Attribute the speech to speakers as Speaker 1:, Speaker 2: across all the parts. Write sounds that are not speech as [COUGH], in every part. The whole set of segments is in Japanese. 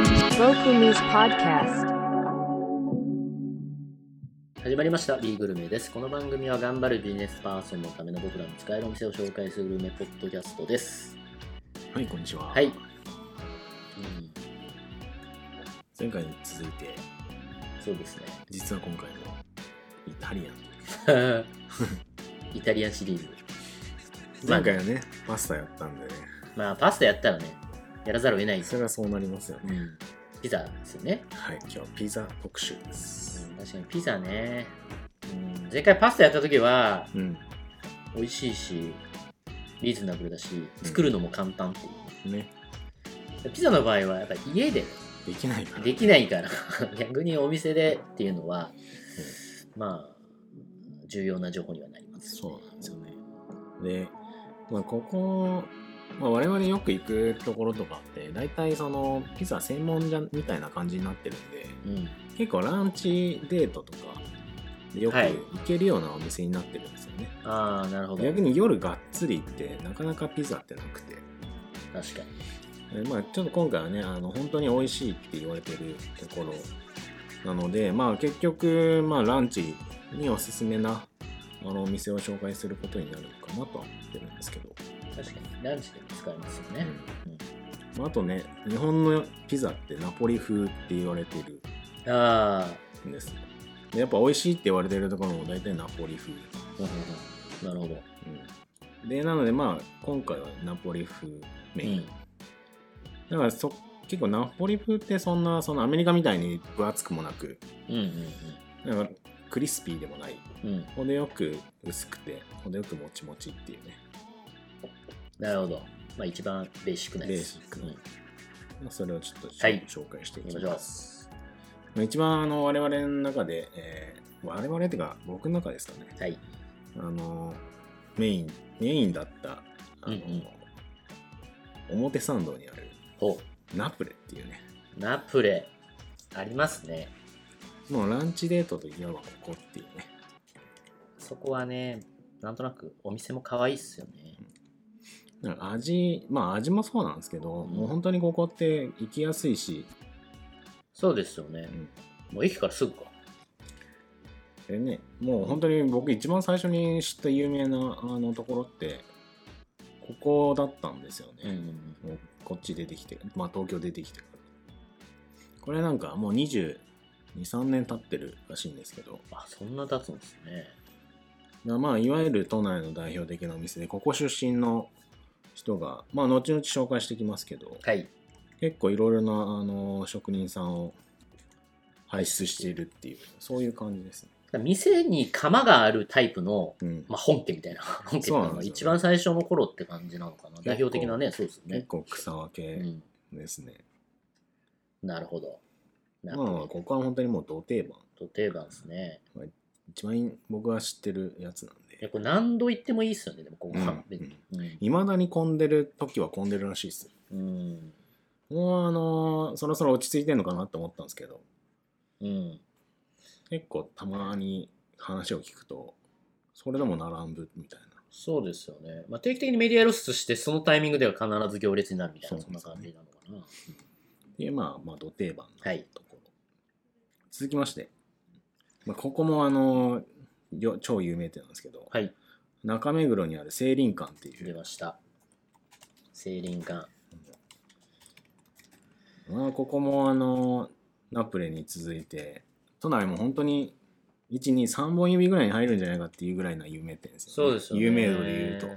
Speaker 1: Otaku News Podcast.
Speaker 2: 始まりました B グルメですこの番組は頑張るビジネスパーソンのための僕らの使えるお店を紹介するグルメポッドキャストです
Speaker 3: はい、こんにちは。
Speaker 2: はい、うん、
Speaker 3: 前回に続いて、
Speaker 2: そうですね
Speaker 3: 実は今回もイタリアン。
Speaker 2: [LAUGHS] イタリアンシリーズまあ
Speaker 3: 前回はね、パスタやったんでね、
Speaker 2: まあパスタやったらねやらざるを得ないです
Speaker 3: それはそうなりますよ
Speaker 2: う
Speaker 3: ね。
Speaker 2: んピザですよね、
Speaker 3: はい、今日はピザ特集で
Speaker 2: う
Speaker 3: す。
Speaker 2: ん、確かにピザね、うん、前回パスタやった時は
Speaker 3: うん、
Speaker 2: 美味しいしリーズナブルだし作るのも簡単っていう、
Speaker 3: ね、
Speaker 2: ピザの場合はやっぱ家で
Speaker 3: できないから。
Speaker 2: できないから [LAUGHS] 逆にお店でっていうのは、まあ重要な情報にはなります
Speaker 3: そうなんですよね。で、まあ、ここ、まあ、我々よく行くところとかって、大体そのピザ専門じゃみたいな感じになってるんで、
Speaker 2: うん
Speaker 3: 結構ランチデートとか、よく
Speaker 2: はい
Speaker 3: 行けるようなお店になってるんですよね。
Speaker 2: ああなるほど
Speaker 3: 逆に夜がっつりってなかなかピザってなくて、
Speaker 2: 確か
Speaker 3: えまあ、ちょっと今回はねあの本当に美味しいって言われてるところなので、まあ、結局、まあ、ランチにおすすめなあのお店を紹介することになるのかなとは思ってるんですけど、
Speaker 2: に確かにランチでも使えますよね、
Speaker 3: うんまあ、あとね日本のピザってナポリ風って言われてる
Speaker 2: ああ
Speaker 3: んですでやっぱ美味しいって言われてるところも大体ナポリ風、
Speaker 2: なるほどなる
Speaker 3: うん、でなのでまあ今回はナポリ風メ
Speaker 2: ほど、う
Speaker 3: イン、
Speaker 2: ん、
Speaker 3: だからそ結構ナポリ風ってそんなそのアメリカみたいに分厚くもなく
Speaker 2: うんうん
Speaker 3: なんかクリスピーでもない
Speaker 2: うんうん
Speaker 3: 程よく薄くて程よくもちもちっていうね
Speaker 2: なるほどまあ一番ベーシックなやつ
Speaker 3: ベーシックな
Speaker 2: うん
Speaker 3: まあそれをちょっと、
Speaker 2: はい
Speaker 3: 紹介してい
Speaker 2: お願
Speaker 3: き
Speaker 2: いしま
Speaker 3: ます
Speaker 2: す
Speaker 3: まあ一番あの我々の中で、えー我々っていうか僕の中ですかね
Speaker 2: はい
Speaker 3: あのメインメインだったあの、
Speaker 2: うんうん
Speaker 3: 表参道にある
Speaker 2: ほ
Speaker 3: ナプレっていうね
Speaker 2: うナプレありますね
Speaker 3: もうランチデートといえばここっていうね
Speaker 2: そこはねなんとなくお店も可愛いっすよね
Speaker 3: なんか味まあ味もそうなんですけど、もう本当にここって行きやすいし、
Speaker 2: そうですよね、
Speaker 3: うん
Speaker 2: もう駅からすぐか
Speaker 3: でね、もう本当に僕一番最初に知った有名なあのところってここだったんですよ
Speaker 2: うんう
Speaker 3: ね、
Speaker 2: ん
Speaker 3: もうこっち出てきてまあ東京出てきてからこれなんかもう223年経ってるらしいんですけど
Speaker 2: あそんな経つんですね
Speaker 3: まあまあいわゆる都内の代表的なお店でここ出身の人がまあ後々紹介してきますけど
Speaker 2: はい
Speaker 3: 結構いろいろなあの職人さんを輩出しているっていうそういう感じですね、
Speaker 2: 店に釜があるタイプの、
Speaker 3: うん
Speaker 2: まあ、本家みたいな [LAUGHS] 本家ってい
Speaker 3: そうう
Speaker 2: の
Speaker 3: なんで
Speaker 2: が
Speaker 3: すよね
Speaker 2: 一番最初の頃って感じなのかな
Speaker 3: 構
Speaker 2: 代表的なねそうですよ
Speaker 3: 結
Speaker 2: ね、
Speaker 3: 構草分
Speaker 2: う
Speaker 3: け
Speaker 2: ん、
Speaker 3: ですね、
Speaker 2: なるほどなる
Speaker 3: まあ
Speaker 2: ほ
Speaker 3: まあ
Speaker 2: ど、
Speaker 3: ここは本当にもう同定番
Speaker 2: と定番ですね
Speaker 3: 一番僕が知ってるやつなん
Speaker 2: いや
Speaker 3: で
Speaker 2: これ何度行ってもいいっすよねでもここ
Speaker 3: う
Speaker 2: は
Speaker 3: ん
Speaker 2: 別にうん、
Speaker 3: いまだに混んでる時は混んでるらしいですよ
Speaker 2: うん
Speaker 3: もうあのーそろそろ落ち着いてんのかなと思ったんですけど
Speaker 2: うん
Speaker 3: 結構たまに話を聞くとそれでも並ぶみたいな
Speaker 2: そうですよね、まあ、定期的にメディア露出してそのタイミングでは必ず行列になるみたいな
Speaker 3: そ
Speaker 2: そ
Speaker 3: うんで
Speaker 2: な
Speaker 3: すね
Speaker 2: 感じなのかな、
Speaker 3: っていうまあまあ同定番
Speaker 2: は
Speaker 3: ないところ、続きまして、まあ、ここもあのーよ超有名店なんですけど、
Speaker 2: はい
Speaker 3: 中目黒にある清林館ってい
Speaker 2: 出
Speaker 3: う
Speaker 2: ました清林館
Speaker 3: まあ、ここもあのナプレに続いて都内も本当に123本指ぐらいに入るんじゃないかっていうぐらいな有名店ですよ
Speaker 2: そうですよね
Speaker 3: 有名度で言うと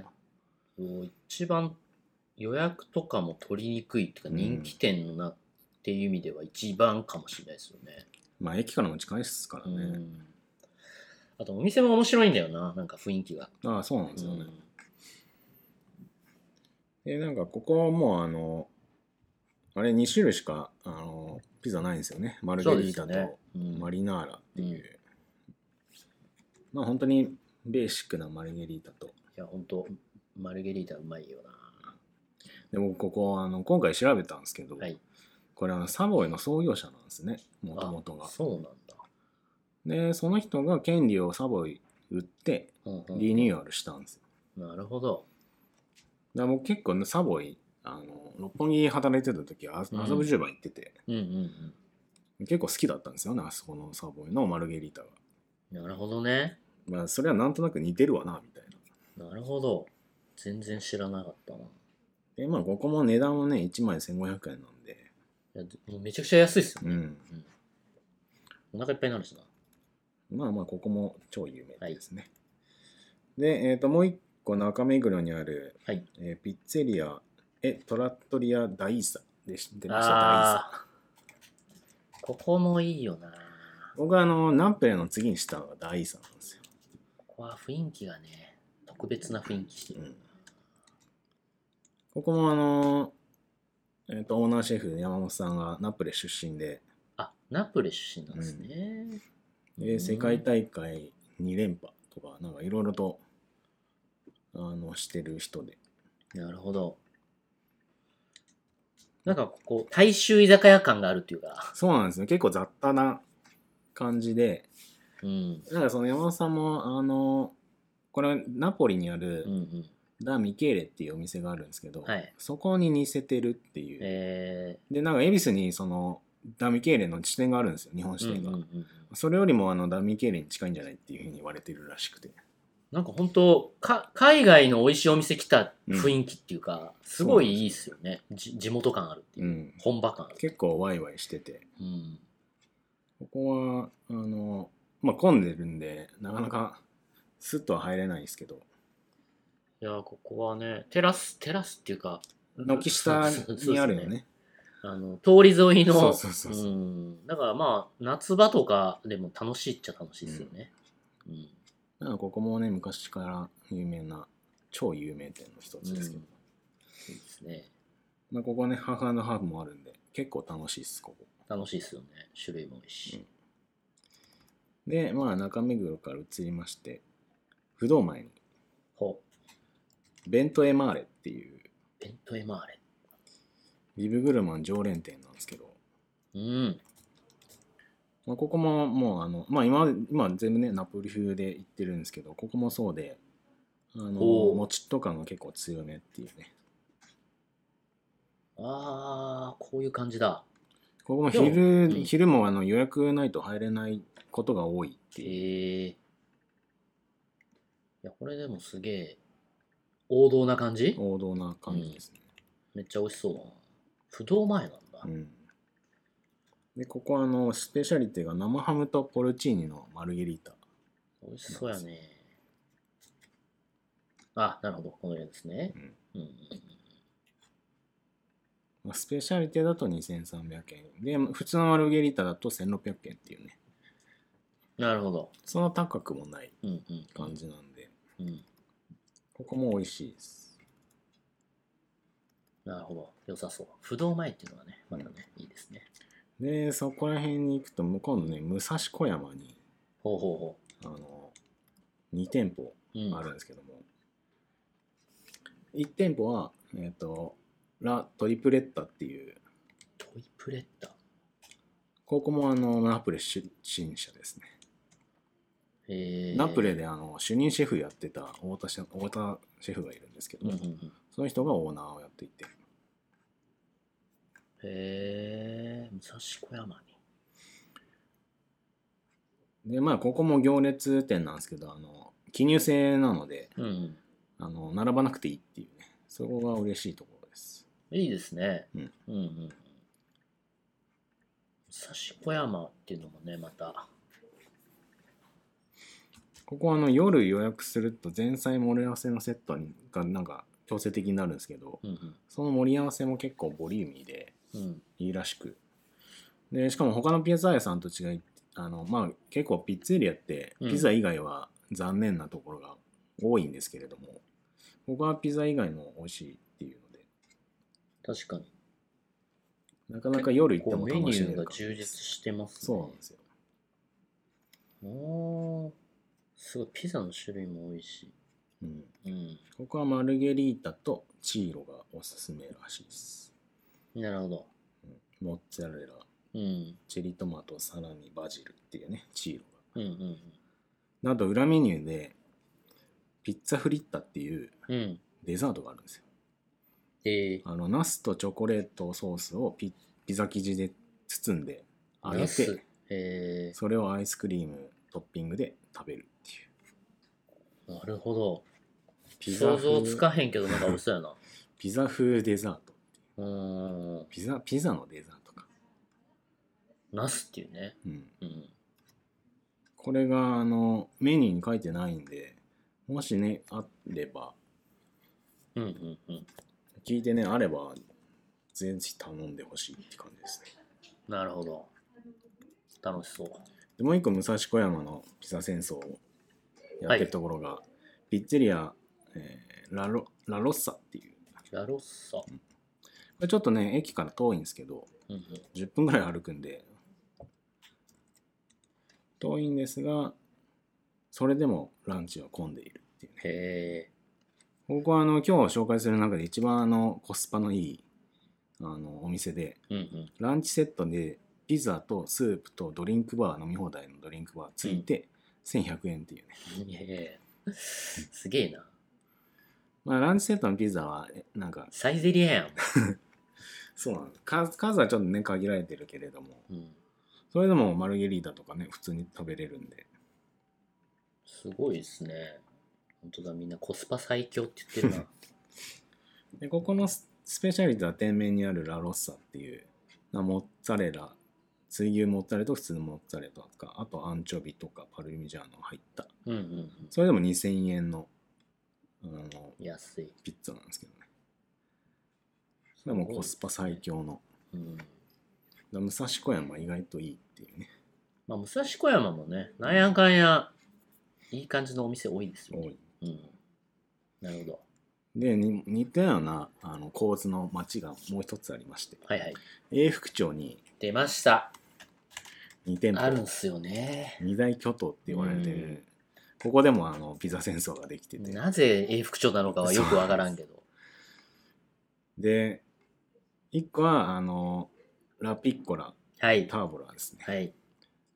Speaker 2: こう一番予約とかも取りにくいっていうか
Speaker 3: うん
Speaker 2: 人気店のなっていう意味では一番かもしれないですよね。
Speaker 3: まあ駅からも近いですから
Speaker 2: う
Speaker 3: ね、
Speaker 2: んあとお店も面白いんだよななんか雰囲気が。
Speaker 3: ああそうなん
Speaker 2: う
Speaker 3: ですよね、
Speaker 2: ん
Speaker 3: でなんかここもうあのあれ2種類しかあのピザないんですよねマルゲ
Speaker 2: そうで
Speaker 3: リー
Speaker 2: す
Speaker 3: タ
Speaker 2: よ
Speaker 3: と
Speaker 2: ね。うん
Speaker 3: マリナーラっていう、まあ本当にベーシックなマルゲリータと
Speaker 2: いや本当マルゲリータうまいよな。
Speaker 3: で僕ここあの今回調べたんですけど、
Speaker 2: はい
Speaker 3: これあのサボイの創業者なんですねもともとが
Speaker 2: あそうなんだ。
Speaker 3: でその人が権利をサボイ売って
Speaker 2: うんうん
Speaker 3: リニューアルしたんですよ
Speaker 2: なるほど。
Speaker 3: だから僕結構ねサボイあの六本木働いてた時は麻
Speaker 2: うん
Speaker 3: 布十番行ってて、
Speaker 2: うんうん
Speaker 3: 結構好きだったんですよねあそこのサーボイのマルゲリータが
Speaker 2: うん。なるほどね。
Speaker 3: まあそれはなんとなく似てるわなみたいな
Speaker 2: なるほど。全然知らなかったな。い
Speaker 3: でまあここも値段もね1枚1500円なんで
Speaker 2: やでめちゃくちゃ安いっすよ
Speaker 3: う
Speaker 2: ね。
Speaker 3: ん
Speaker 2: お腹いっぱいになるしな。
Speaker 3: まあまあここも超有名ですね、で、えー、ともう一個中目黒にある、
Speaker 2: はい
Speaker 3: えーピッツェリアえトラットリアダイーサで知ってましたダイーサ
Speaker 2: あーここもいいよな。
Speaker 3: 僕はあのナンペレの次にしたのがダイーサなんですよ
Speaker 2: ここは雰囲気がね、特別な雰囲気してる。
Speaker 3: うんここもあのえーとオーナーシェフ山本さんがナプレ出身で
Speaker 2: あ、ナプレ出身なんですね。う
Speaker 3: で
Speaker 2: ん
Speaker 3: 世界大会2連覇とかなんかいろいろとあのしてる人で
Speaker 2: なるほど。なんかここ、大衆居酒屋感があるっていうか。
Speaker 3: そうなんですよ結構雑多な感じで
Speaker 2: うん。
Speaker 3: なんかその山本さんもあのこれはナポリにあ
Speaker 2: うんう
Speaker 3: る
Speaker 2: ん。
Speaker 3: ダ・ミケーレっていうお店があるんですけど、
Speaker 2: はい
Speaker 3: そこに似せてるっていう、
Speaker 2: え
Speaker 3: でなんか恵比寿にそのダ・ミケーレの支店があるんですよ日本
Speaker 2: ー、
Speaker 3: 支
Speaker 2: うん
Speaker 3: 店
Speaker 2: う
Speaker 3: が、
Speaker 2: んうん。
Speaker 3: それよりもあのダ・ミケーレに近いんじゃないっていうふうに言われてるらしくて
Speaker 2: なんか本当か海外の美味しいお店来た雰囲気っていうか、すごいいいっすよね。じ地元感あるっていう。
Speaker 3: うん
Speaker 2: 本場感ある。
Speaker 3: 結構ワイワイしてて
Speaker 2: うん。
Speaker 3: ここはあのまあ混んでるんでなかなかスッとは入れないんですけど
Speaker 2: いやー、ここはね、テラス、テラスっていうか、[LAUGHS]
Speaker 3: 軒下にあるよね。
Speaker 2: あの通り沿いの
Speaker 3: そうそうそうそうん
Speaker 2: だからまあ夏場とかでも楽しいっちゃ楽しいですよね、うん
Speaker 3: なんかここもね昔から有名な超有名店の一つですけ
Speaker 2: う
Speaker 3: ど、
Speaker 2: んいいですね
Speaker 3: まあ、ここねハーフハーフもあるんで結構楽しいっすここ
Speaker 2: 楽しいですよね種類も多いし、
Speaker 3: でまあ中目黒から移りまして不動前に
Speaker 2: ほ
Speaker 3: ベントエマーレっていう
Speaker 2: ベントエマーレ
Speaker 3: ビブグルマン常連店なんですけど、
Speaker 2: うん
Speaker 3: まあ、ここももうあのまあ今今全部ねナポリ風で行ってるんですけどここもそうであの
Speaker 2: おー
Speaker 3: もちっと感が結構強めっていうね
Speaker 2: ああこういう感じだ
Speaker 3: ここも
Speaker 2: でも
Speaker 3: 昼
Speaker 2: うん
Speaker 3: 昼もあの予約ないと入れないことが多いって
Speaker 2: え
Speaker 3: いう
Speaker 2: ー、いやこれでもすげえ王道な感じ
Speaker 3: 王道な感じですね、
Speaker 2: めっちゃ美味しそうだな不動前なんだ、
Speaker 3: うん、でここはあのスペシャリティが生ハムとポルチーニのマルゲリータ
Speaker 2: 美味しそうやね。あ、なるほど。この辺ですね。うん。
Speaker 3: まあスペシャリティだと2300円で普通のマルゲリータだと1600円っていうね
Speaker 2: なるほど。
Speaker 3: そんな高くもない
Speaker 2: うんうん。
Speaker 3: 感じなんで
Speaker 2: うん。
Speaker 3: ここも美味しいです
Speaker 2: なるほど。良さそう。不動前っていうのはね、まだね、いいですね。
Speaker 3: でそこら辺に行くと向こうのね武蔵小山に
Speaker 2: ほうほうほ
Speaker 3: あの2店舗
Speaker 2: う。うん。
Speaker 3: あるんですけども、1店舗はえっ、とラ・トリプレッタっていう
Speaker 2: トイプレッタ。
Speaker 3: ここもあのナプレ出身者ですね
Speaker 2: えー、
Speaker 3: ナプレであの主任シェフやってた太田シェ太田シェフがいるんですけ
Speaker 2: う
Speaker 3: ど、
Speaker 2: んうんうん。
Speaker 3: その人がオーナーをやっていて
Speaker 2: へえー、武蔵小山に。
Speaker 3: でまあここも行列店なんですけどあの記入制なので
Speaker 2: うんうん。
Speaker 3: あの並ばなくていいっていうねそこが嬉しいところです
Speaker 2: いいですね。
Speaker 3: うん
Speaker 2: うんうんうん。武蔵小山っていうのもね、また。
Speaker 3: ここはあの夜予約すると前菜盛り合わせのセットにがなんか強制的になるんですけど
Speaker 2: うん
Speaker 3: その盛り合わせも結構ボリューミーで
Speaker 2: うん。うん。
Speaker 3: いいらしくでしかも他のピザ屋さんと違いあのまあ結構ピッツェリアって
Speaker 2: うん
Speaker 3: ピザ以外は残念なところが多いんですけれども、僕はピザ以外も美味しいっていうので
Speaker 2: 確かに。
Speaker 3: なかなか夜行っ
Speaker 2: こ
Speaker 3: て
Speaker 2: う
Speaker 3: も
Speaker 2: メニ
Speaker 3: 楽しめ
Speaker 2: ュー
Speaker 3: る
Speaker 2: が
Speaker 3: か
Speaker 2: 充実してますね。
Speaker 3: そうなんですよ
Speaker 2: おーすごい、ピザの種類も多いし。
Speaker 3: うん
Speaker 2: うん。
Speaker 3: ここはマルゲリータとチーロがおすすめらしいです
Speaker 2: なるほど。
Speaker 3: うんモッツァレラ
Speaker 2: うん。
Speaker 3: チェリートマトサラミバジルっていうねチーロが
Speaker 2: うんうん
Speaker 3: なんと裏メニューでピッツァフリッタっていう
Speaker 2: うん。うん。
Speaker 3: デザートがあるんですよ
Speaker 2: え
Speaker 3: あの、ナスとチョコレートソースをピピザ生地で包んで
Speaker 2: ー、
Speaker 3: 揚げ
Speaker 2: ナス
Speaker 3: て、
Speaker 2: え
Speaker 3: それをアイスクリームトッピングで食べるってい
Speaker 2: ー、
Speaker 3: う。
Speaker 2: なるほど。
Speaker 3: ピザ
Speaker 2: 想像
Speaker 3: 風
Speaker 2: つかへんけど、なんか美味しそうやな。
Speaker 3: ピザ風デザート。
Speaker 2: うーん、
Speaker 3: ピザ、ピザのデザートか。
Speaker 2: ナスっていうね。
Speaker 3: うん。
Speaker 2: うん。
Speaker 3: これが、あの、メニューに書いてないんで、もしね、あれば、
Speaker 2: うんうんうん。
Speaker 3: 聞いてね、あれば、ぜひ頼んでほしいって感じですね。
Speaker 2: なるほど。楽しそう。
Speaker 3: でもう一個、武蔵小山のピザ戦争をやってるところが、ピッツェリア、えーラロ、ラロッサっていう。
Speaker 2: ラロッサ。
Speaker 3: これちょっとね、駅から遠いんですけど、
Speaker 2: うんうん。
Speaker 3: 10分ぐらい歩くんで、遠いんですが、それでもランチは混んでいるっていうね。
Speaker 2: へえ。
Speaker 3: ここはあの、今日紹介する中で一番あの、コスパのいい、あの、お店で、
Speaker 2: うんうん。
Speaker 3: ランチセットでピザとスープとドリンクバー飲み放題のドリンクバーついて、1100円っていうね。
Speaker 2: へえ。すげえな。
Speaker 3: まあ、ランチセットのピザは、えなんか、
Speaker 2: サイゼリアやん。
Speaker 3: そうなんです数数はちょっとね、限られてるけれども、
Speaker 2: うん。
Speaker 3: それでもマルゲリータとかね、普通に食べれるんで。
Speaker 2: すごいですね。本当だ、みんなコスパ最強って言
Speaker 3: [LAUGHS]
Speaker 2: ってるな。
Speaker 3: でここのススペシャリティは店名にあるラロッサっていうまあモッツァレラ水牛モッツァレラと普通のモッツァレラとかあとアンチョビとかパルミジャーノ入った
Speaker 2: うんうんうん。
Speaker 3: それでも2000円のあの
Speaker 2: 安い。
Speaker 3: ピッツァなんですけどねでもコスパ最強の
Speaker 2: うん。
Speaker 3: だ武蔵小山意外といいっていうね
Speaker 2: まあ、武蔵小山もね、なんやかんや、いい感じのお店多いですよ、
Speaker 3: 多
Speaker 2: ね。う
Speaker 3: い
Speaker 2: ん。なるほど。
Speaker 3: でに似たようなあの構図の町がもう一つありまして
Speaker 2: はいはい。
Speaker 3: 永福町に
Speaker 2: 出ました。
Speaker 3: 2店
Speaker 2: ある
Speaker 3: 舗
Speaker 2: んすよね。
Speaker 3: 二大巨頭って言われて
Speaker 2: う
Speaker 3: る
Speaker 2: ん
Speaker 3: ここでもあのピザ戦争ができてて
Speaker 2: なぜ永福町なのかはよくわからんけど。
Speaker 3: で、一個は、あの、ラピッコラ、
Speaker 2: はい。
Speaker 3: ターボラですね。
Speaker 2: はい。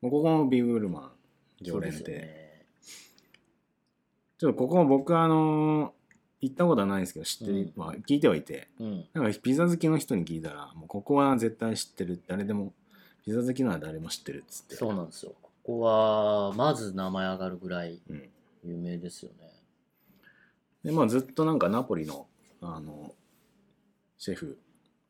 Speaker 3: もうここもビブグルマン常連
Speaker 2: そう
Speaker 3: で。
Speaker 2: ですよね。
Speaker 3: ちょっとここも僕、あの、行ったことはないんですけど、知っては、聞いてはいて、
Speaker 2: うん。
Speaker 3: なんかピザ好きの人に聞いたら、もうここは絶対知ってる、誰でも、ピザ好きなら誰も知ってるっつって。
Speaker 2: そうなんですよ。ここは、まず名前上がるぐらい
Speaker 3: うん。
Speaker 2: 有名ですよね。
Speaker 3: で、まあずっとなんかナポリの、あの、シェフ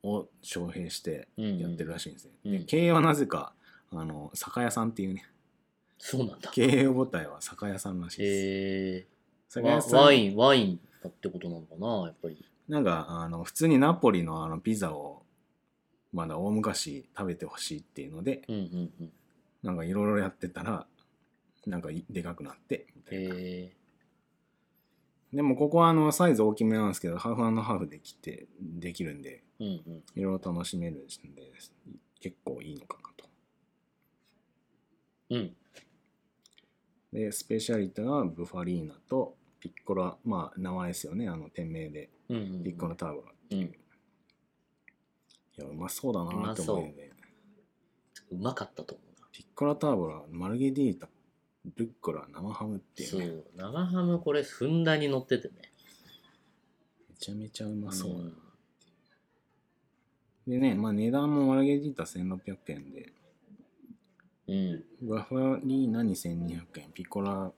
Speaker 3: を招聘してやってるらしいんですね。
Speaker 2: うんうん
Speaker 3: で経営はなぜか、あの、酒屋さんっていうね、 [LAUGHS]
Speaker 2: そうなんだ。
Speaker 3: 経営母体は酒屋さんらしいです。
Speaker 2: へえ。
Speaker 3: 酒
Speaker 2: わ
Speaker 3: 屋さん
Speaker 2: ワイン、ワインだってことなのかな、やっぱり。
Speaker 3: なんかあの普通にナポリのあのピザをまだ大昔食べてほしいっていうので
Speaker 2: うんうんうん。
Speaker 3: なんかいろいろやってたらなんかいでかくなってみたいな
Speaker 2: へえ。
Speaker 3: でもここはあのサイズ大きめなんですけどハーフハーフできてできるんで
Speaker 2: うんうん。
Speaker 3: いろいろ楽しめるんで結構いいのかなと
Speaker 2: うん。
Speaker 3: でスペシャリテはブファリーナとピッコラまあ名前ですよねあの店名で
Speaker 2: うんうんうん
Speaker 3: ピッコラターゴラ
Speaker 2: うん。
Speaker 3: いやうまそうだなって思うんで
Speaker 2: うまかったと思うな。
Speaker 3: ピッコラターゴラマルゲリータルッコラ生ハムっていう
Speaker 2: そ
Speaker 3: ね
Speaker 2: う。生ハムこれ、ふんだんに乗っててね。
Speaker 3: めちゃめちゃうまそう、
Speaker 2: ん
Speaker 3: でね、まあ、値段もマルゲリータ1600円で
Speaker 2: うん。
Speaker 3: ワファリーナ2200円ピコラ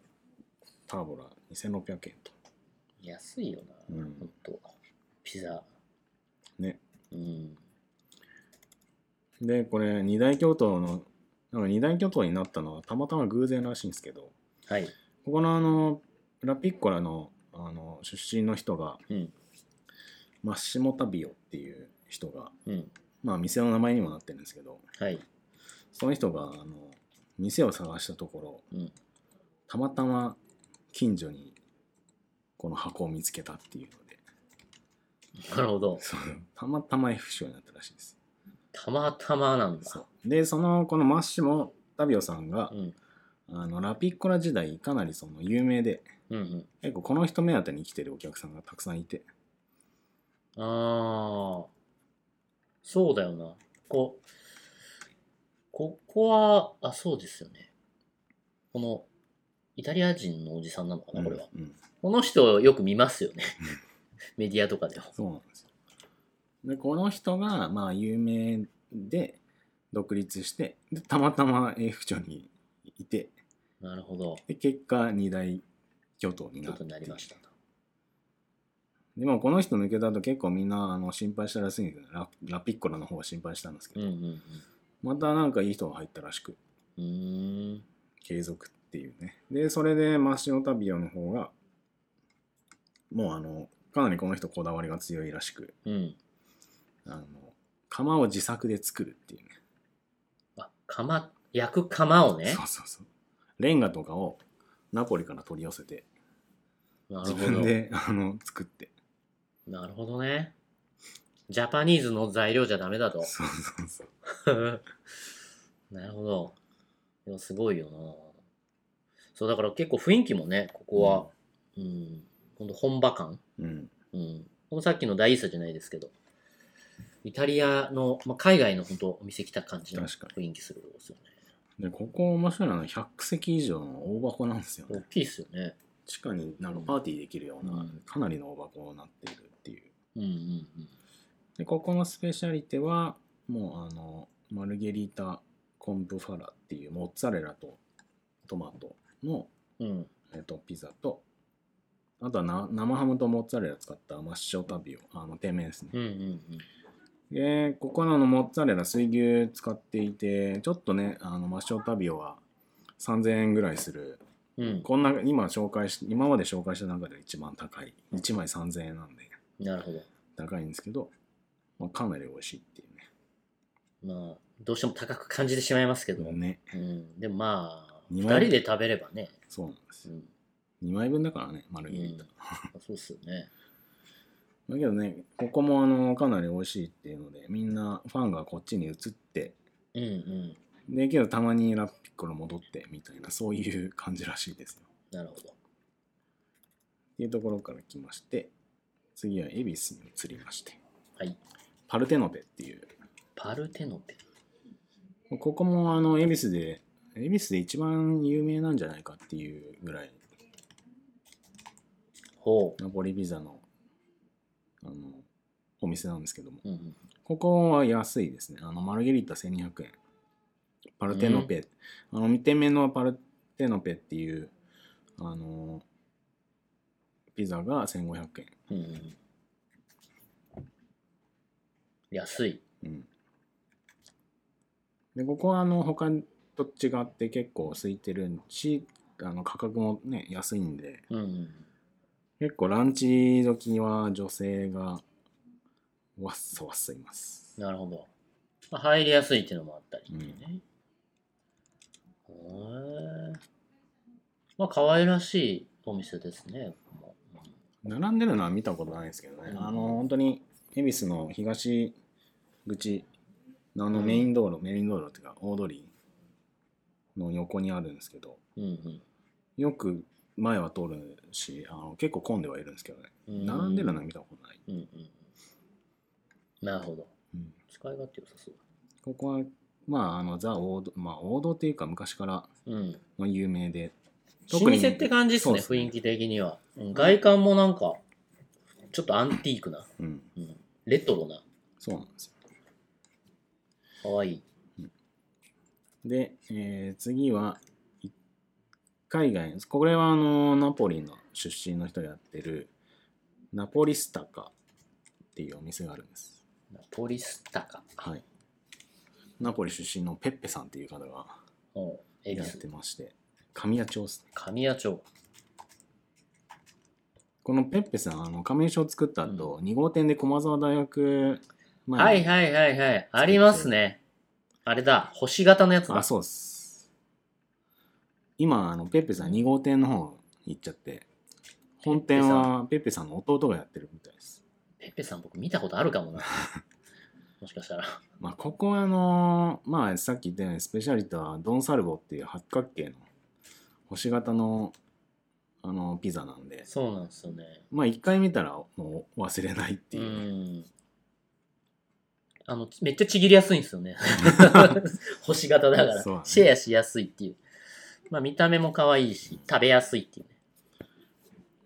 Speaker 3: ターボラ2600円と
Speaker 2: 安いよな、
Speaker 3: うん
Speaker 2: ほんと。ピザ。
Speaker 3: ね
Speaker 2: うん。
Speaker 3: でこれ二大巨頭のなんか二大巨頭になったのはたまたま偶然らしいんですけど
Speaker 2: はい。
Speaker 3: ここのあのラピッコラのあの出身の人が
Speaker 2: うん。
Speaker 3: マッシモタビオっていう人が
Speaker 2: うん。
Speaker 3: まあ店の名前にもなってるんですけど [LAUGHS]
Speaker 2: はい。
Speaker 3: その人があの店を探したところ
Speaker 2: うん。
Speaker 3: たまたま近所にこの箱を見つけたっていうので
Speaker 2: なるほど。
Speaker 3: そうたまたま F 賞になったらしいです
Speaker 2: たまたまなんだ
Speaker 3: そ。うでそのこのマッシュもタビオさんが
Speaker 2: う、ん。
Speaker 3: あのラピッコラ時代かなりその有名で
Speaker 2: うんうん。
Speaker 3: 結構この人目当てに来てるお客さんがたくさんいて
Speaker 2: ああ。そうだよな。こ、ここは、あ、そうですよね。この、イタリア人のおじさんなのかな、これは。
Speaker 3: うんうん
Speaker 2: [LAUGHS] この人よく見ますよね。メディアとかでも。
Speaker 3: そうなんですよでこの人がまあ有名で独立してでたまたま永福町にいて
Speaker 2: なるほど。
Speaker 3: で結果二大巨頭に
Speaker 2: ち
Speaker 3: な
Speaker 2: ょ
Speaker 3: っ
Speaker 2: ってとなりましたと。
Speaker 3: でもこの人抜けたと結構みんなあの心配したらしいんですよララピッコラの方が心配したんですけ
Speaker 2: う
Speaker 3: ど、
Speaker 2: んうん
Speaker 3: またなんかいい人が入ったらしく
Speaker 2: うん。うーん。
Speaker 3: 継続っていうねでそれでマッシオタビオの方がもうあのかなりこの人こだわりが強いらしく
Speaker 2: うん。
Speaker 3: あの釜を自作で作るっていうね
Speaker 2: あ、釜、焼く釜をね
Speaker 3: そ。うそうそうレンガとかをナポリから取り寄せて
Speaker 2: なる
Speaker 3: 自
Speaker 2: ほ
Speaker 3: 分
Speaker 2: ど。
Speaker 3: であの作って
Speaker 2: なるほどね。ジャパニーズの材料じゃダメだと。
Speaker 3: そうそうそう
Speaker 2: [LAUGHS] なるほど。いや、すごいよな。そう、だから結構雰囲気もね、ここは、うん、ほんと本場感。
Speaker 3: うん
Speaker 2: うん。このさっきの大イーサじゃないですけど、イタリアの、まあ、海外の本当お店来た感じの
Speaker 3: 確か
Speaker 2: 雰囲気するんですよね。
Speaker 3: でここ面白いのは100席以上の大箱なんですよ
Speaker 2: 大
Speaker 3: ね
Speaker 2: きいっすよね。
Speaker 3: 地下になんかパーティーできるよう
Speaker 2: う
Speaker 3: なんかなりの大箱になっているっていう
Speaker 2: うんうんうん。
Speaker 3: でここのスペシャリテはもうあのマルゲリータコンブファラっていうモッツァレラとトマトの、
Speaker 2: うん。
Speaker 3: えっとピザとあとはな生ハムとモッツァレラ使ったマッショタビオあの店名ですね
Speaker 2: うんうん
Speaker 3: でここのあのモッツァレラ水牛使っていてちょっとねあのマッショタビオは3000円ぐらいする
Speaker 2: うん。うん。
Speaker 3: こんな今紹介し今まで紹介した中で一番高い1枚3000円なんで
Speaker 2: なるほど。
Speaker 3: 高いんですけど、まあ、かなり美味しいっていうね
Speaker 2: まあ、どうしても高く感じてしまいますけど、
Speaker 3: ね
Speaker 2: うん。でもまあ、二
Speaker 3: 二枚
Speaker 2: 人で食べればね、
Speaker 3: そうなんです
Speaker 2: う
Speaker 3: よ
Speaker 2: ん。
Speaker 3: 2枚分だからねマルゲリータ、
Speaker 2: そうっすよね。
Speaker 3: だけどねここもあのかなり美味しいっていうのでみんなファンがこっちに移って
Speaker 2: うんうん。
Speaker 3: でけどたまにラピッコロ戻ってみたいなそういう感じらしいですよ
Speaker 2: なるほど。
Speaker 3: っていうところから来まして次は恵比寿に移りまして
Speaker 2: はい。
Speaker 3: パルテノペっていう
Speaker 2: パルテノペ。
Speaker 3: ここもあの恵比寿で恵比寿で一番有名なんじゃないかっていうぐらい
Speaker 2: ほ
Speaker 3: ナポリピザのあのお店なんですけども
Speaker 2: う。うんうん。
Speaker 3: ここは安いですねあのマルゲリータ1200円パルテノペ、あの見て目のパルテノペっていうあのピザが1500円
Speaker 2: うんうん、安い。
Speaker 3: うんでここはあの他と違って結構空いてるしあの価格もね安いんで
Speaker 2: うんうん、
Speaker 3: 結構ランチ時は女性がわっさわっさいます
Speaker 2: なるほど。まあ、入りやすいっていうのもあったり、ね。へえ。まあ、可愛らしいお店ですね。ここも
Speaker 3: 並んでるのは見たことないですけどね、
Speaker 2: うん
Speaker 3: あの本当に恵比寿の東口のあのメイン道路、メイン道路っていうか大通りの横にあるんですけど
Speaker 2: うんうん
Speaker 3: よく前は通るしあの結構混んではいるんですけどね
Speaker 2: うん。
Speaker 3: 並んでるのは見たことない、
Speaker 2: うんうんうん。なるほど。
Speaker 3: うん
Speaker 2: 使い勝手良さそう
Speaker 3: ここはまああのザ王道まあ王道っていうか昔から
Speaker 2: だ。うん。
Speaker 3: の有名で
Speaker 2: 老
Speaker 3: 特
Speaker 2: 舗
Speaker 3: に
Speaker 2: って感じです
Speaker 3: そう
Speaker 2: ね、
Speaker 3: ですね
Speaker 2: 雰囲気的には。うん外観もなんか、ちょっとアンティークな、
Speaker 3: うん
Speaker 2: うん、レトロな、
Speaker 3: そうなんですよ
Speaker 2: 可愛い。
Speaker 3: で、えー次はい海外これはあのナポリの出身の人がやってるナポリスタカっていうお店があるんです
Speaker 2: ナポリスタカ。
Speaker 3: はいナポリ出身のペッペさんっていう方が
Speaker 2: うん。エビ
Speaker 3: やっ
Speaker 2: ス。
Speaker 3: てまして神谷町っすね
Speaker 2: 神谷町。
Speaker 3: このペッペさんあの神谷町を作った後、2号店で駒沢大学前に
Speaker 2: はいはいはいはい。ありますね。あれだ、星型のやつだ。
Speaker 3: あ、そうっす。今、あの、ペッペさん2号店の方行っちゃって、本店はペッペさんの弟がやってるみたいです。
Speaker 2: ペッペさん僕見たことあるか
Speaker 3: [LAUGHS]
Speaker 2: もな。もしかしたら。
Speaker 3: まあ、ここはあのーまあ、さっき言ったように、スペシャリテはドンサルボっていう八角形の星型の、あの、ピザなんで、
Speaker 2: そうなんですよね。
Speaker 3: まあ、一回見たらもう忘れないって
Speaker 2: う
Speaker 3: [LAUGHS] いうね、
Speaker 2: ん。あの、めっちゃちぎりやすいんです
Speaker 3: [LAUGHS]
Speaker 2: よね。星型だから、
Speaker 3: そうだね
Speaker 2: シェアしやすいっていう。まあ見た目も可愛いし、食べやすいっていうね。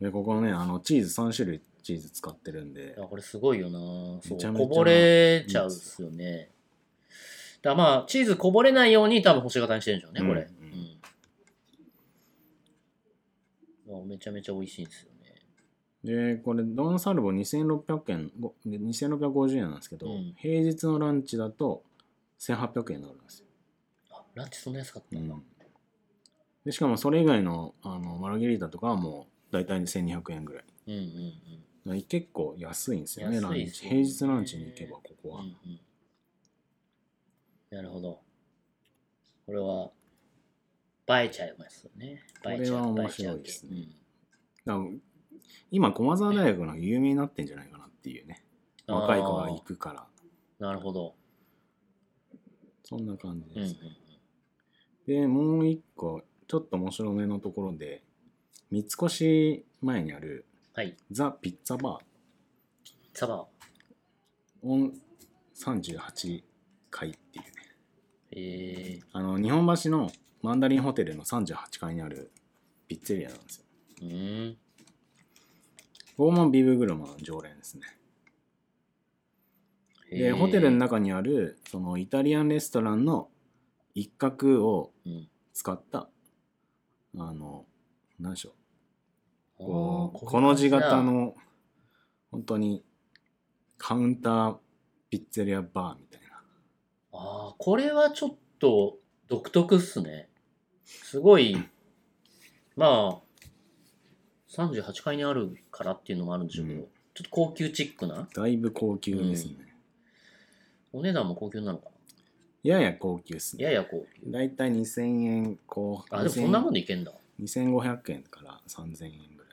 Speaker 3: で、ここね、あの、チーズ3種類チーズ使ってるんで
Speaker 2: いや、これすごいよなそ
Speaker 3: めちゃ
Speaker 2: う、
Speaker 3: めち
Speaker 2: こ
Speaker 3: ゃ
Speaker 2: ぼれちゃうっすよね。だからまあ、チーズこぼれないように多分星型にしてるんでしょうね、これ。
Speaker 3: うん
Speaker 2: うんめちゃめちゃ美味しいんですよね。
Speaker 3: でこれドンサルボ2600円ごで2650円なんですけど、
Speaker 2: うん
Speaker 3: 平日のランチだと1800円になるんですよ、
Speaker 2: あ、ランチそんな安かった
Speaker 3: うん
Speaker 2: だ。
Speaker 3: でしかもそれ以外のあのマルゲリータとかはもう大体1200円ぐらい
Speaker 2: うんうん
Speaker 3: だから結構安いんですよね
Speaker 2: 安い
Speaker 3: ラ
Speaker 2: で
Speaker 3: ン
Speaker 2: す
Speaker 3: チ
Speaker 2: よ
Speaker 3: 平
Speaker 2: ね
Speaker 3: 日ランチに行けばここ
Speaker 2: うん。
Speaker 3: は、
Speaker 2: うんうんなるほど。これは、映えちゃいますよね。映えちゃう。
Speaker 3: これは
Speaker 2: 映えちゃう
Speaker 3: 面白いですね
Speaker 2: うん
Speaker 3: だから今駒澤大学の方が有名になってんじゃないかなっていうね若い子が行くから
Speaker 2: あーなるほど。
Speaker 3: そんな感じ
Speaker 2: うんう
Speaker 3: で
Speaker 2: んう
Speaker 3: す
Speaker 2: ん
Speaker 3: ね、でもう一個ちょっと面白めのところで三越前にある
Speaker 2: はい。
Speaker 3: ザ・ピッツァバー
Speaker 2: サバ。
Speaker 3: オン38階っていうね
Speaker 2: え
Speaker 3: あの日本橋のマンダリンホテルの38階にあるピッツェリアなんですよ
Speaker 2: ー、うん。
Speaker 3: ここもビブグルマの常連ですね
Speaker 2: へ
Speaker 3: で
Speaker 2: ー
Speaker 3: ホテルの中にあるそのイタリアンレストランの一角を
Speaker 2: うん
Speaker 3: 使ったあの何でしょう
Speaker 2: あ
Speaker 3: こ
Speaker 2: ー
Speaker 3: うこの字型
Speaker 2: こ
Speaker 3: の本当にカウンターピッツェリアバーみたいな
Speaker 2: ああ、これはちょっと独特っすね。すごい、まあ、38階にあるからっていうのもあるんでしょうけど、
Speaker 3: うん
Speaker 2: ちょっと高級チックな
Speaker 3: だいぶ高級ですね、
Speaker 2: お値段も高級なのかな
Speaker 3: やや高級です
Speaker 2: や
Speaker 3: ね
Speaker 2: や高級。
Speaker 3: だいたい2000円後
Speaker 2: あ、でもそんなもん
Speaker 3: で
Speaker 2: でいけんだ。
Speaker 3: 2500円から3000円ぐ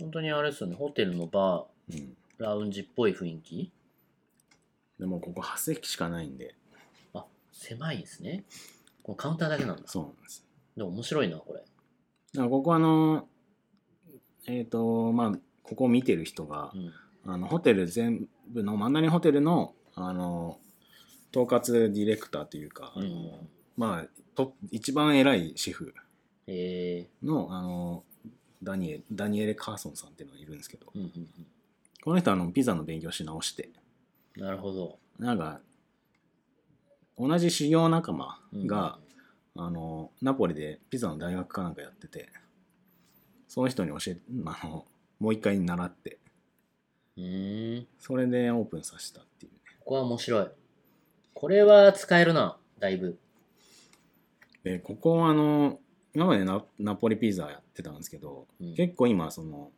Speaker 2: 本当にあれですよね、ホテルのバ
Speaker 3: らい、うん、
Speaker 2: ー、ラウンジっぽい雰囲気。
Speaker 3: でもここ8席しかないんで
Speaker 2: あ、狭いですね。このカウンターだけなんだ。
Speaker 3: そうなんです
Speaker 2: でも面白いな、これ。
Speaker 3: だからここあのえっ、とまあここを見てる人が
Speaker 2: う、ん。
Speaker 3: あのホテル全部のマンダリンホテルのあの統括ディレクターというか、あの
Speaker 2: うん
Speaker 3: まあと一番偉いシェフ
Speaker 2: え
Speaker 3: のあのダニエダニエレ・カーソンさんっていうのがいるんですけど、
Speaker 2: ー、うんうん
Speaker 3: この人はあのピザの勉強し直して
Speaker 2: うん。なるほど。
Speaker 3: なんか同じ修行仲間
Speaker 2: うん
Speaker 3: が、、あのナポリでピザの大学かなんかやっててその人に教えあのもう一回習って
Speaker 2: うーん。
Speaker 3: それでオープンさせたっていうね
Speaker 2: ここは面白い。これは使えるな、だいぶ。
Speaker 3: でここはあの今までナナポリピザやってたんですけど、
Speaker 2: うん
Speaker 3: 結構今その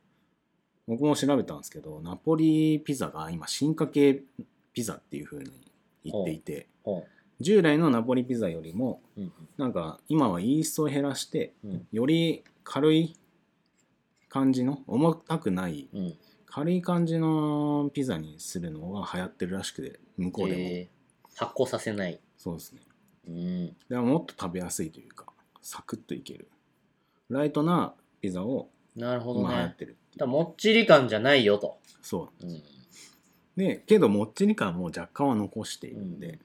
Speaker 3: 僕も調べたんですけどナポリピザが今進化系ピザっていう風に言っていて
Speaker 2: ほ
Speaker 3: 従来のナポリピザよりも
Speaker 2: ううん
Speaker 3: なんか今はイーストを減らして
Speaker 2: うん
Speaker 3: より軽い感じの重たくない
Speaker 2: うんうん
Speaker 3: 軽い感じのピザにするのが流行ってるらしくて向こうでも、
Speaker 2: えー発酵させない。
Speaker 3: そうですね
Speaker 2: うん。
Speaker 3: でももっと食べやすいというかサクッといけるライトなピザを
Speaker 2: なるほど
Speaker 3: 今流行
Speaker 2: ね
Speaker 3: っ。てるってい
Speaker 2: だ
Speaker 3: う
Speaker 2: もっちり感じゃないよと。
Speaker 3: そ
Speaker 2: うん。
Speaker 3: うでけどもっちり感も若干は残しているんで、
Speaker 2: うん
Speaker 3: だか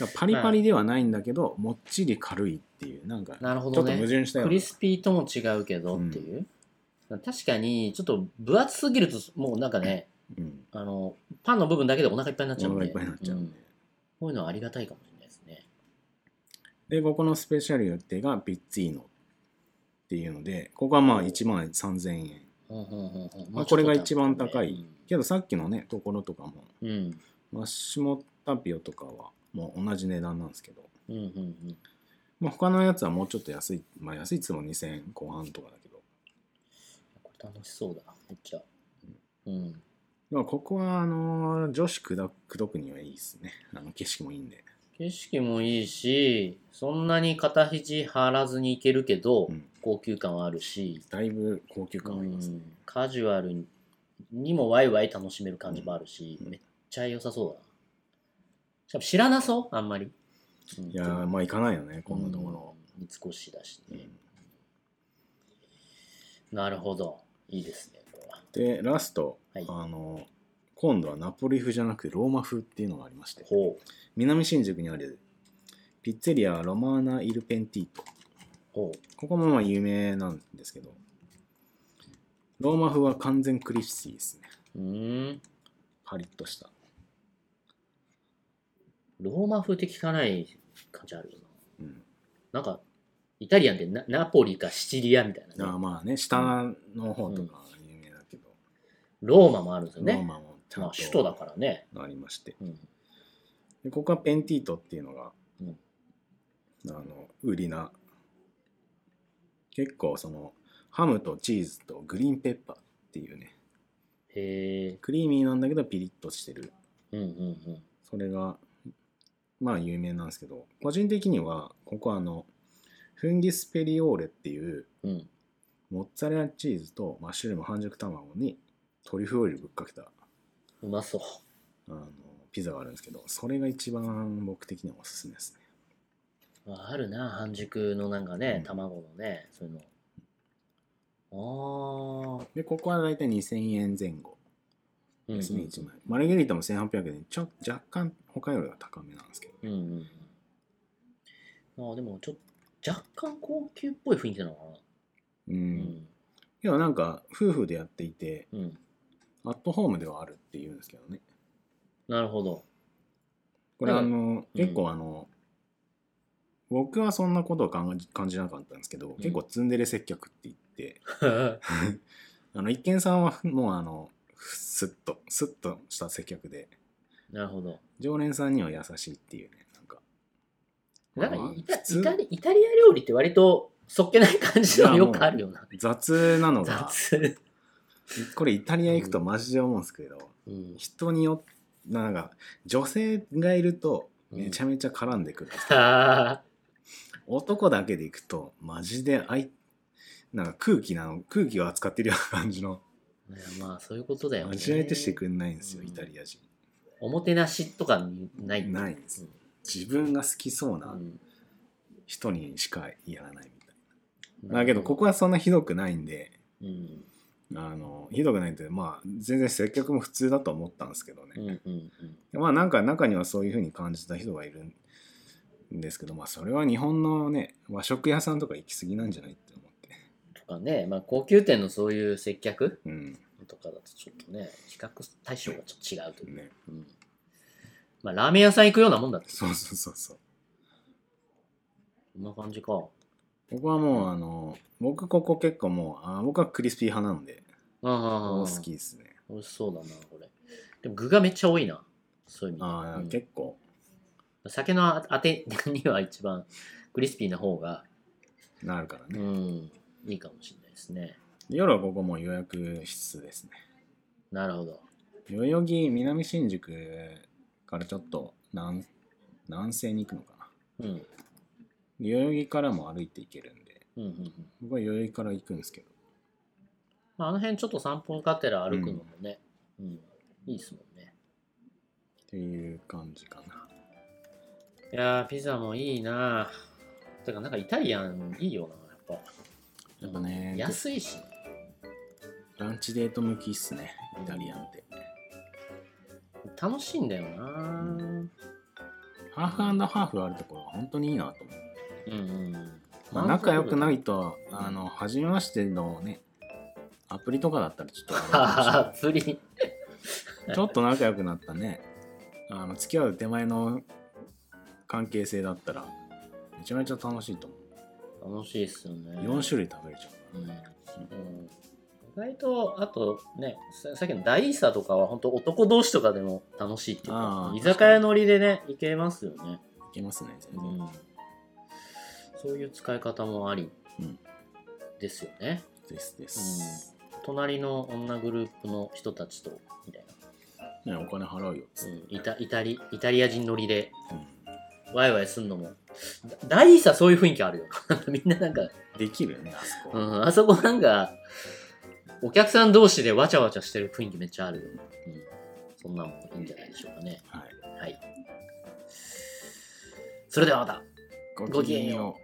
Speaker 3: らパリパリではないんだけど、もっちり軽いっていうなんかちょ
Speaker 2: なるほ
Speaker 3: っ
Speaker 2: ど
Speaker 3: と
Speaker 2: ね
Speaker 3: 矛。盾したよ
Speaker 2: ク
Speaker 3: うな
Speaker 2: リスピーとも違うけどっていう。確かに、ちょっと分厚すぎると、もうなんかね、
Speaker 3: うん、
Speaker 2: あの、パンの部分だけでお腹いっぱいになっちゃ
Speaker 3: も
Speaker 2: う
Speaker 3: の
Speaker 2: ん
Speaker 3: が
Speaker 2: で。
Speaker 3: いっぱいになっちゃうんで、
Speaker 2: こういうのはありがたいかもしれないですね。
Speaker 3: でここのスペシャル予定がピッツィーノっていうのでここはまあ1万3000円
Speaker 2: うんうんうんうん
Speaker 3: まあこれが一番
Speaker 2: もうちょ
Speaker 3: 高い。
Speaker 2: っとね
Speaker 3: けどさっきのねところとかも
Speaker 2: うん。うん
Speaker 3: マッシモタピオとかはもう同じ値段なんですけど、
Speaker 2: うんうんうん。
Speaker 3: まあ、他のやつはもうちょっと安いまあ安いっつっても2000円後半とかだけど
Speaker 2: これ楽しそうだな、めっちゃ。うん。
Speaker 3: まあここはあのー女子くだくどくにはいいですねあの景色もいいんで、
Speaker 2: 景色もいいし、そんなに肩肘張らずに行けるけど、
Speaker 3: うん、
Speaker 2: 高級感はあるし、
Speaker 3: だいぶ高級感ありますね、
Speaker 2: うんカジュアルにもワイワイ楽しめる感じもあるし、
Speaker 3: うん
Speaker 2: めっちゃ良さそうだな。しかも知らなそうあんまり。うん
Speaker 3: いやーまあ行かないよねこんなところ、
Speaker 2: うん三越だし
Speaker 3: うん
Speaker 2: ね。なるほど。いいですね、これは。
Speaker 3: でラスト、
Speaker 2: はい
Speaker 3: あのー今度はナポリ風じゃなくローマ風っていうのがありまして
Speaker 2: ほう。
Speaker 3: 南新宿にあるピッツェリアロマーナ・イル・ペンティート
Speaker 2: ほ
Speaker 3: ここもまあ有名なんですけど、ローマ風は完全クリスティですね。
Speaker 2: うーん。
Speaker 3: パリッとした。
Speaker 2: ローマ風って聞かない感じあるよ
Speaker 3: うん、
Speaker 2: な。なんか、イタリアンってナナポリかシチリアみたいなね、
Speaker 3: ああまあね、下の方とかは有名だけど、
Speaker 2: ローマもあるんですよ
Speaker 3: ロー
Speaker 2: ね。
Speaker 3: マもちゃ
Speaker 2: ま
Speaker 3: ん
Speaker 2: あ、
Speaker 3: と
Speaker 2: 首都だからね。
Speaker 3: ありまして。
Speaker 2: うん。
Speaker 3: でここはペンティートっていうのが、
Speaker 2: うん
Speaker 3: あの売りな結構そのハムとチーズとグリーンペッパーっていうね
Speaker 2: へえ。
Speaker 3: クリーミーなんだけどピリッとしてる
Speaker 2: うんうん
Speaker 3: それがまあ有名なんですけど個人的にはここはあのフンギスペリオーレっていう
Speaker 2: うん。うん。
Speaker 3: モッツァレラチーズとマッシュルーム半熟卵にトリュフオイルぶっかけた
Speaker 2: うまそう。
Speaker 3: あのピザがあるんですけどそれが一番僕的にはおすすめですね
Speaker 2: ああるな、半熟のなんかね、
Speaker 3: うん
Speaker 2: 卵のね、そういうの。ああ。
Speaker 3: でここは大体2000円前後
Speaker 2: うん
Speaker 3: ですね、1枚。マルゲリータも1800円で、ちょ若干他よりは高めなんですけど、
Speaker 2: うんうんうん。まあでも、ちょっと若干高級っぽい雰囲気なのかな。
Speaker 3: うん。
Speaker 2: う
Speaker 3: 要はなんか、夫婦でやっていて、
Speaker 2: ん。うん。
Speaker 3: アットホームではあるっていうんですけどね。
Speaker 2: なるほど。 [LAUGHS]
Speaker 3: これ、
Speaker 2: うん
Speaker 3: あの、結構あの、僕はそんなことを感じ感じなかったんですけど、結構ツンデレ接客って言って、あの、一見さんはもうあの、スッと、スッとした接客で、
Speaker 2: なるほど。
Speaker 3: 常連さんには優しいっていうね、なんか。
Speaker 2: なんか
Speaker 3: まあ
Speaker 2: イタ
Speaker 3: 普通
Speaker 2: イタリイタリア料理って割とそっけない感じの
Speaker 3: いや
Speaker 2: よ
Speaker 3: もう
Speaker 2: くあるよな。
Speaker 3: 雑なのが、
Speaker 2: 雑。
Speaker 3: これイタリア行くとマジで思うんですけど、
Speaker 2: うん。
Speaker 3: 人によっなんか女性がいると
Speaker 2: うん
Speaker 3: めちゃめちゃ絡んでくる、
Speaker 2: ああ。
Speaker 3: 男だけで行くとマジであいなんか空気なの空気を扱ってるような感じの
Speaker 2: いや [LAUGHS] まあ、そういうことだよね。
Speaker 3: 味相手してくんないんですよ、
Speaker 2: うん
Speaker 3: イタリア人
Speaker 2: おもてなしとかない。
Speaker 3: ないんです自分が好きそう
Speaker 2: う。
Speaker 3: なん人にしかやらないみたい
Speaker 2: うん
Speaker 3: な、だけどここはそんなひどくないんで
Speaker 2: うん。
Speaker 3: あのひどくないんでまあ全然接客も普通だと思ったんですけどね、
Speaker 2: うんうんうん。
Speaker 3: まあなんか中にはそういう風に感じた人がいるんですけど、まあそれは日本のね、和食屋さんとか行き過ぎなんじゃないって思って。
Speaker 2: とかね、まあ、高級店のそういう接客
Speaker 3: うん。
Speaker 2: とかだとちょっとね、比較対象がちょっと違うという。
Speaker 3: ね。
Speaker 2: うん。まあ、ラーメン屋さん行くようなもんだって。
Speaker 3: そうそうそうそう。
Speaker 2: こんな感じか。
Speaker 3: ここはもうあの、僕ここ結構もう、あ僕はクリスピー派なんで、
Speaker 2: あ
Speaker 3: 好
Speaker 2: あ、
Speaker 3: きですね。
Speaker 2: 美味しそうだな、これ。でも具がめっちゃ多いな。そういう意味で。
Speaker 3: ああ、
Speaker 2: うん
Speaker 3: 結構、
Speaker 2: 酒のあてには一番クリスピーな方が、
Speaker 3: なるから
Speaker 2: う
Speaker 3: ね。
Speaker 2: ん、いいかもしれないですね。
Speaker 3: 夜はここもう予約必須ですね。
Speaker 2: なるほど。
Speaker 3: 代々木南新宿からちょっと南、南西に行くのかな。
Speaker 2: うん。うん
Speaker 3: 代々木からも歩いて行けるんで、
Speaker 2: うんうん。
Speaker 3: 僕は代々木から行くんですけど。
Speaker 2: まあ、あの辺ちょっと散歩がてら歩くのもね、うん、いいですもんね。
Speaker 3: っていう感じかな。
Speaker 2: いやー、ピザもいいなだからなんかイタリアンいいよな、やっぱ。
Speaker 3: やっぱね
Speaker 2: 安いし。
Speaker 3: ランチデート向きっすね、イタリアンって。
Speaker 2: 楽しいんだよなうん
Speaker 3: ハーフハーフあるところは本当にいいなと思う。
Speaker 2: うん。。
Speaker 3: まあ、仲良くないいと、あの、初めましてのね、アプリとかだったらちょっとあ
Speaker 2: アプリ。
Speaker 3: れだけどちょっと仲良くなったね、あの、付き合う手前の関係性だったら、めちゃめちゃ楽しいと思
Speaker 2: 楽しいっすよね。
Speaker 3: う。4種類食べれちゃう
Speaker 2: う
Speaker 3: か
Speaker 2: ん
Speaker 3: ら
Speaker 2: う
Speaker 3: ね。
Speaker 2: ん意外と、あとね、ささっきのダイーサとかは、本当男同士とかでも楽しいっていう
Speaker 3: あ
Speaker 2: か
Speaker 3: ー、
Speaker 2: 居酒屋乗りでね、行けますよね。
Speaker 3: いけますね、全
Speaker 2: う
Speaker 3: 然。
Speaker 2: ん。そういう使い方もあり
Speaker 3: うん
Speaker 2: ですよね。
Speaker 3: ですです。
Speaker 2: 隣の女グループの人たちと、みたいな。
Speaker 3: ね、お金払うよっつって、
Speaker 2: イタイタリイタリア人乗りで
Speaker 3: うん
Speaker 2: ワイワイすんのもだ大差そういう雰囲気あるよ [LAUGHS] みんななんか、
Speaker 3: できるよね、あそこ。
Speaker 2: うん、あそこなんかお客さん同士でわちゃわちゃしてる雰囲気めっちゃあるよ、うん、そんなもんいいんじゃないでしょうかね
Speaker 3: はい。
Speaker 2: はいそれではまた
Speaker 3: ごきげんよう。